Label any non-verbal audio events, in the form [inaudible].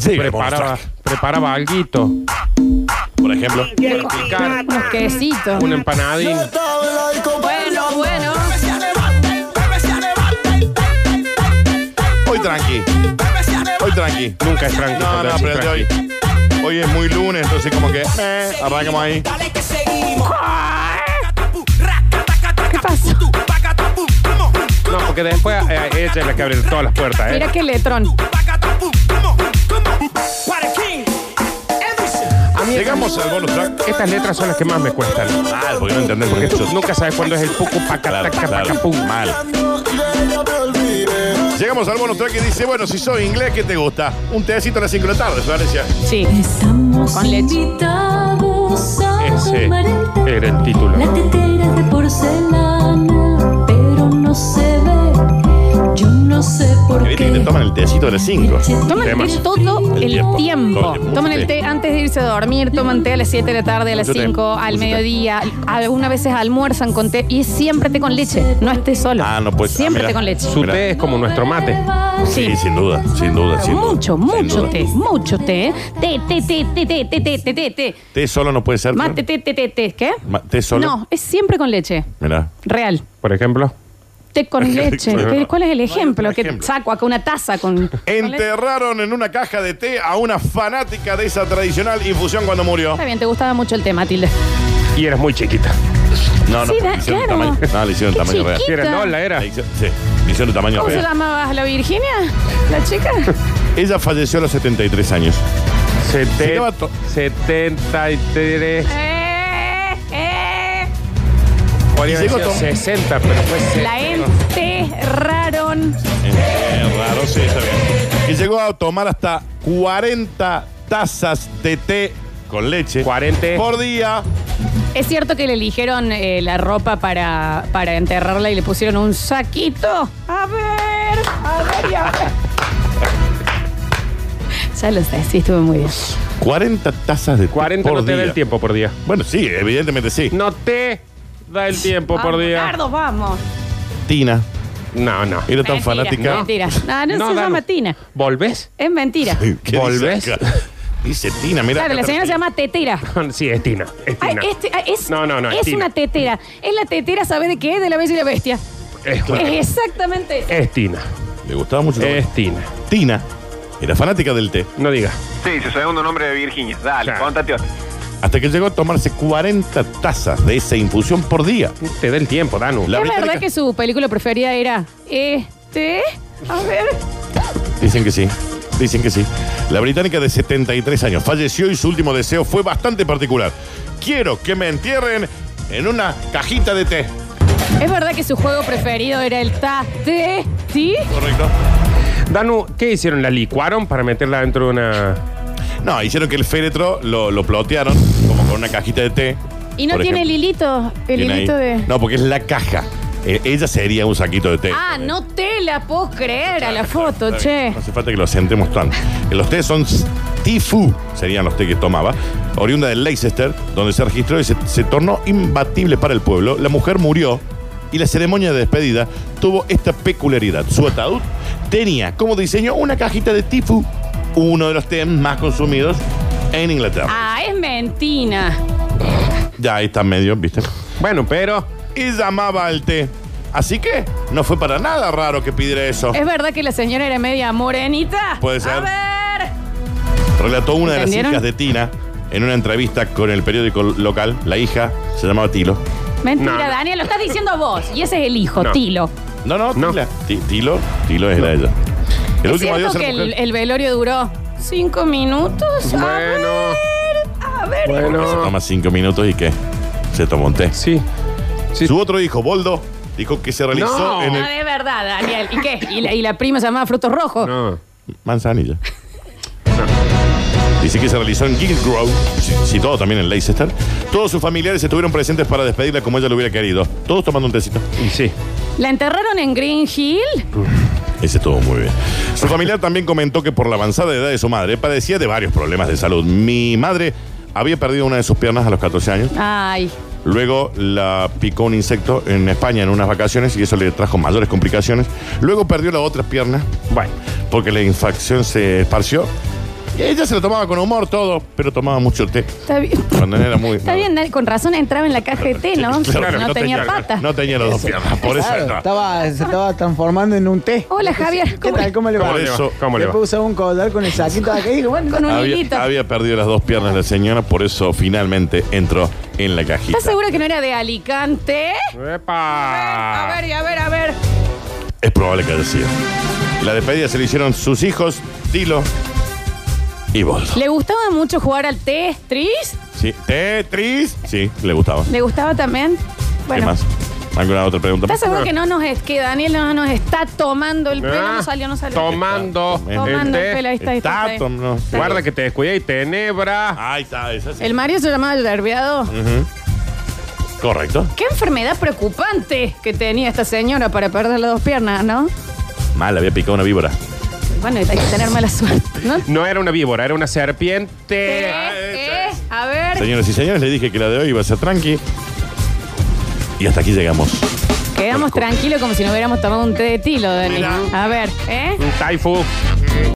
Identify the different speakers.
Speaker 1: Sí,
Speaker 2: preparaba, preparaba alguito,
Speaker 1: por ejemplo.
Speaker 2: para picar,
Speaker 3: Los quesitos.
Speaker 2: un empanadín.
Speaker 3: Bueno, bueno.
Speaker 4: Hoy tranqui, hoy tranqui.
Speaker 2: Nunca es tranqui.
Speaker 4: No, no,
Speaker 2: Francis,
Speaker 4: pero el de hoy.
Speaker 2: tranqui.
Speaker 4: Hoy es muy lunes, entonces como que eh, arrancamos ahí.
Speaker 5: Dale que seguimos.
Speaker 3: ¿Qué pasó?
Speaker 2: No, porque después eh, ella es la que abre todas las puertas, ¿eh?
Speaker 3: Mira qué letrón.
Speaker 2: A mí
Speaker 4: Llegamos al bonus track.
Speaker 2: estas letras son las que más me cuestan.
Speaker 1: Mal, Ah, porque no entendés
Speaker 2: Porque
Speaker 1: porque
Speaker 2: tú
Speaker 1: esto
Speaker 2: nunca sabes cuándo es el pucu, paca,
Speaker 1: Claro,
Speaker 2: taca,
Speaker 1: claro.
Speaker 2: paca, pum.
Speaker 1: mal.
Speaker 4: Llegamos al bonus track y dice, bueno, si soy inglés, ¿qué te gusta? Un tecito a las 5 de la tarde, Florencia.
Speaker 3: Sí.
Speaker 6: Estamos
Speaker 3: Con leche.
Speaker 6: invitados a
Speaker 2: Ese
Speaker 6: comer
Speaker 2: era el título.
Speaker 6: la tetera de porcelana, pero no se ve. Yo no sé por
Speaker 4: Viste
Speaker 6: qué.
Speaker 4: que te toman el tecito de las 5.
Speaker 3: Toman el té
Speaker 2: Temazo.
Speaker 3: todo
Speaker 4: El
Speaker 3: el
Speaker 4: tiempo.
Speaker 3: tiempo.
Speaker 4: Todo el
Speaker 3: Toman el
Speaker 4: tiempo.
Speaker 3: té antes de irse a dormir, toman té a las 7 de la tarde, a las
Speaker 4: Mucho té.
Speaker 3: 5, al
Speaker 4: Mucho té.
Speaker 3: mediodía. Algunas veces almuerzan con té y siempre té con leche. No estés solo.
Speaker 4: Ah, no puede ser.
Speaker 3: Siempre
Speaker 4: Ah, mira.
Speaker 3: té con leche.
Speaker 2: Su té es como nuestro mate.
Speaker 4: Sí, sin duda, sin duda, sin duda.
Speaker 3: Mucho,
Speaker 4: sin
Speaker 3: mucho
Speaker 4: duda.
Speaker 3: té, mucho té. Té, té, té, té, té, té, té, té, té, té.
Speaker 4: Té solo no puede ser. Flor.
Speaker 3: Mate, té, té, té, té. ¿Qué?
Speaker 4: Ma- ¿Té solo?
Speaker 3: No, es siempre con leche.
Speaker 4: Mirá.
Speaker 3: Real.
Speaker 2: Por ejemplo,
Speaker 3: Té
Speaker 4: [laughs]
Speaker 3: con leche. ¿Qué- ¿Cuál es el ejemplo? Que
Speaker 4: ejemplo.
Speaker 3: saco acá una taza con. con leche.
Speaker 4: Enterraron en una caja de té a una fanática de esa tradicional infusión cuando murió.
Speaker 3: Está bien, te gustaba mucho el té, Matilde.
Speaker 2: y eras muy chiquita.
Speaker 4: No,
Speaker 3: Sí, da-
Speaker 4: le hicieron
Speaker 3: claro.
Speaker 4: tamaño. No, le hicieron
Speaker 3: Qué
Speaker 4: tamaño real.
Speaker 2: Y era
Speaker 3: Chiquita.
Speaker 2: Lola, era.
Speaker 4: Le hicieron- Sí, le hicieron tamaño
Speaker 3: ¿Cómo se
Speaker 4: real.
Speaker 3: llamaba la Virginia? ¿La chica?
Speaker 4: Ella falleció a los 73 años. Se llama to-
Speaker 2: 73.
Speaker 3: Eh, eh.
Speaker 2: Podría haber
Speaker 4: llegó
Speaker 2: sido
Speaker 4: Tom.
Speaker 2: 60, pero fue 70.
Speaker 3: La enterraron.
Speaker 4: Es raro, sí, está bien. Y llegó a tomar hasta 40 tazas de té con leche
Speaker 2: 40.
Speaker 4: por día.
Speaker 3: ¿Es cierto que le eligieron eh, la ropa para, para enterrarla y le pusieron un saquito? A ver, a ver, y a ver. Ya lo sé, sí, estuvo muy bien.
Speaker 4: 40 tazas de té
Speaker 2: 40
Speaker 4: por
Speaker 2: no te da
Speaker 4: día.
Speaker 2: el tiempo por día.
Speaker 4: Bueno, sí, evidentemente sí.
Speaker 2: No te da el tiempo por
Speaker 3: Vamos,
Speaker 2: día.
Speaker 3: Nardo, vamos.
Speaker 4: Tina
Speaker 2: No, no.
Speaker 4: era tan
Speaker 3: Mentira,
Speaker 4: fanática.
Speaker 3: Mentira. No, no, se
Speaker 2: Danu.
Speaker 3: llama Tina.
Speaker 2: ¿Volves?
Speaker 3: Es mentira.
Speaker 4: [laughs] ¿Qué
Speaker 2: ¿Volvés?
Speaker 4: Dice, acá? Dice Tina, mira.
Speaker 3: Claro, la señora se llama Tetera.
Speaker 2: Sí, es Tina. Es
Speaker 3: Ay,
Speaker 2: Tina.
Speaker 3: este- ay, es,
Speaker 2: no, no, no.
Speaker 3: es
Speaker 2: Tina.
Speaker 3: una tetera. Es la tetera, ¿sabes de qué? De la bella y la bestia.
Speaker 2: Es,
Speaker 3: Es exactamente.
Speaker 4: Eh,
Speaker 3: esa.
Speaker 2: es Tina.
Speaker 4: Le gustaba mucho.
Speaker 2: Es Tina.
Speaker 4: Tina era fanática del té.
Speaker 2: No digas.
Speaker 7: Sí, su segundo nombre de Virginia. Dale,
Speaker 2: Claro.
Speaker 7: contate otra.
Speaker 4: Hasta que llegó a tomarse 40 tazas de esa infusión por día.
Speaker 2: No Te da el tiempo, Danu.
Speaker 4: La-
Speaker 3: ¿Es
Speaker 4: británica.
Speaker 3: verdad que su película preferida era este? A ver.
Speaker 4: Dicen que sí. Dicen que sí. La británica de 73 años falleció y su último deseo fue bastante particular. Quiero que me entierren en una cajita de té.
Speaker 3: ¿Es verdad que su juego preferido era el ta, te, ti?
Speaker 4: Correcto.
Speaker 2: Danu, ¿qué hicieron? ¿La licuaron para meterla dentro de una.
Speaker 4: No, hicieron que el féretro lo, lo plotearon como con una cajita de té.
Speaker 3: Y no
Speaker 4: por
Speaker 3: tiene el
Speaker 4: ejemplo.
Speaker 3: hilito, el
Speaker 4: Tiene ahí-
Speaker 3: hilito de.
Speaker 4: No, porque es la caja. Eh, ella sería un saquito de té.
Speaker 3: Ah, no te la puedo creer a la foto,
Speaker 4: eh. Está bien,
Speaker 3: che.
Speaker 4: No hace falta que lo sentemos tanto. Eh, Los tés son s- Tifu, serían los té que tomaba, oriunda de Leicester, donde se registró y se, se tornó imbatible para el pueblo. La mujer murió y la ceremonia de despedida tuvo esta peculiaridad. Su ataúd tenía como diseño una cajita de Tifu, uno de los té más consumidos en Inglaterra.
Speaker 3: Ah, es mentira.
Speaker 4: Ya ahí está medio, ¿viste?
Speaker 2: Bueno, pero.
Speaker 4: Y llamaba al té. Así que no fue para nada raro que pidiera eso.
Speaker 3: ¿Es verdad que la señora era media morenita?
Speaker 4: Puede ser.
Speaker 3: A ver.
Speaker 4: Relató una de las
Speaker 3: ¿Entendieron?
Speaker 4: hijas de Tina en una entrevista con el periódico local. La hija se llamaba Tilo.
Speaker 3: Mentira,
Speaker 2: No, no.
Speaker 3: Daniel, lo estás diciendo vos. Y ese es el hijo,
Speaker 2: No.
Speaker 3: Tilo.
Speaker 4: No, no,
Speaker 2: No.
Speaker 4: Tila. Ti- Tilo, Tilo era ella. El
Speaker 3: ¿Es
Speaker 4: último
Speaker 3: cierto
Speaker 4: adiós a la
Speaker 3: que el, eh,
Speaker 4: mujer.
Speaker 3: el velorio duró cinco minutos? A ver,
Speaker 2: Bueno.
Speaker 3: a ver.
Speaker 4: Se
Speaker 2: Bueno.
Speaker 4: toma cinco minutos y qué. Se tomó un té.
Speaker 2: Sí. Sí.
Speaker 4: Su otro hijo, Boldo, dijo que se realizó
Speaker 2: No.
Speaker 4: en
Speaker 3: No,
Speaker 4: el
Speaker 3: de verdad, Daniel. ¿Y qué? ¿Y la, y la prima se llamaba Frutos Rojos?
Speaker 2: No.
Speaker 4: Manzanilla. [laughs] Dice que se realizó en Gilgrove, si- situado también en Leicester. Todos sus familiares estuvieron presentes para despedirla como ella lo hubiera querido. Todos tomando un tecito.
Speaker 2: Y sí.
Speaker 3: ¿La enterraron en Green Hill?
Speaker 4: Ese todo muy bien. Su familiar también comentó que por la avanzada edad de su madre padecía de varios problemas de salud. Mi madre había perdido una de sus piernas a los 14 años.
Speaker 3: Ay,
Speaker 4: Luego la picó un insecto en España en unas vacaciones y eso le trajo mayores complicaciones. Luego perdió la otra pierna
Speaker 2: Bueno.
Speaker 4: porque la infección se esparció Ella se lo tomaba con humor todo, pero tomaba mucho té.
Speaker 3: Está bien.
Speaker 4: Cuando era muy.
Speaker 3: Está bien, nadie- con razón entraba en la caja de té, ¿no?
Speaker 4: Claro,
Speaker 3: no, tenía patas.
Speaker 4: No tenía las dos piernas, por eso
Speaker 5: Claro,
Speaker 4: entraba.
Speaker 5: estaba, se estaba transformando en un té.
Speaker 3: Hola, Javier.
Speaker 5: ¿Qué
Speaker 3: ¿Cómo
Speaker 5: tal? ¿Cómo le va?
Speaker 4: Por eso
Speaker 2: ¿Cómo le va?
Speaker 5: Después usaba un collar con el saquito de acá y dije, bueno,
Speaker 3: Con un hilito.
Speaker 4: había, había perdido las dos piernas la señora, por eso finalmente entró en la cajita.
Speaker 3: ¿Estás segura que no era de Alicante?
Speaker 2: ¡Epa!
Speaker 4: Ah.
Speaker 3: A ver, y a ver, a ver.
Speaker 4: Es probable que haya sido. La despedida se le hicieron sus hijos, Tilo y Boldo.
Speaker 3: ¿Le gustaba mucho jugar al Tetris?
Speaker 4: Sí. Tetris. Sí, le gustaba.
Speaker 3: ¿Le gustaba también?
Speaker 4: ¿Qué más? ¿Alguna otra pregunta?
Speaker 3: ¿Estás seguro que no nos es que Daniel no nos está tomando el pelo?
Speaker 2: Ah,
Speaker 3: No salió, no salió.
Speaker 2: ¿Eh? Tomando.
Speaker 3: Tomando el pelo, ahí está. ahí está,
Speaker 4: Está,
Speaker 3: ahí está.
Speaker 4: Tom, no.
Speaker 2: Guarda que te descuida y tenebra.
Speaker 4: Ahí está, esa sí.
Speaker 3: El Mario se llamaba Yerbeado.
Speaker 4: Correcto.
Speaker 3: Qué enfermedad preocupante que tenía esta señora para perder las dos piernas, ¿no?
Speaker 4: Mal, había picado una víbora.
Speaker 3: Bueno, hay que tener mala suerte, ¿no?
Speaker 2: No era una víbora, era una serpiente.
Speaker 3: Eh, eh, a ver,
Speaker 4: Señoras y señores, le dije que la de hoy iba a ser tranqui. Y hasta aquí llegamos.
Speaker 3: quedamos tranquilos como si no hubiéramos tomado un té de tilo, Dani.
Speaker 4: Mira.
Speaker 3: A ver, ¿eh?
Speaker 2: Un taifu.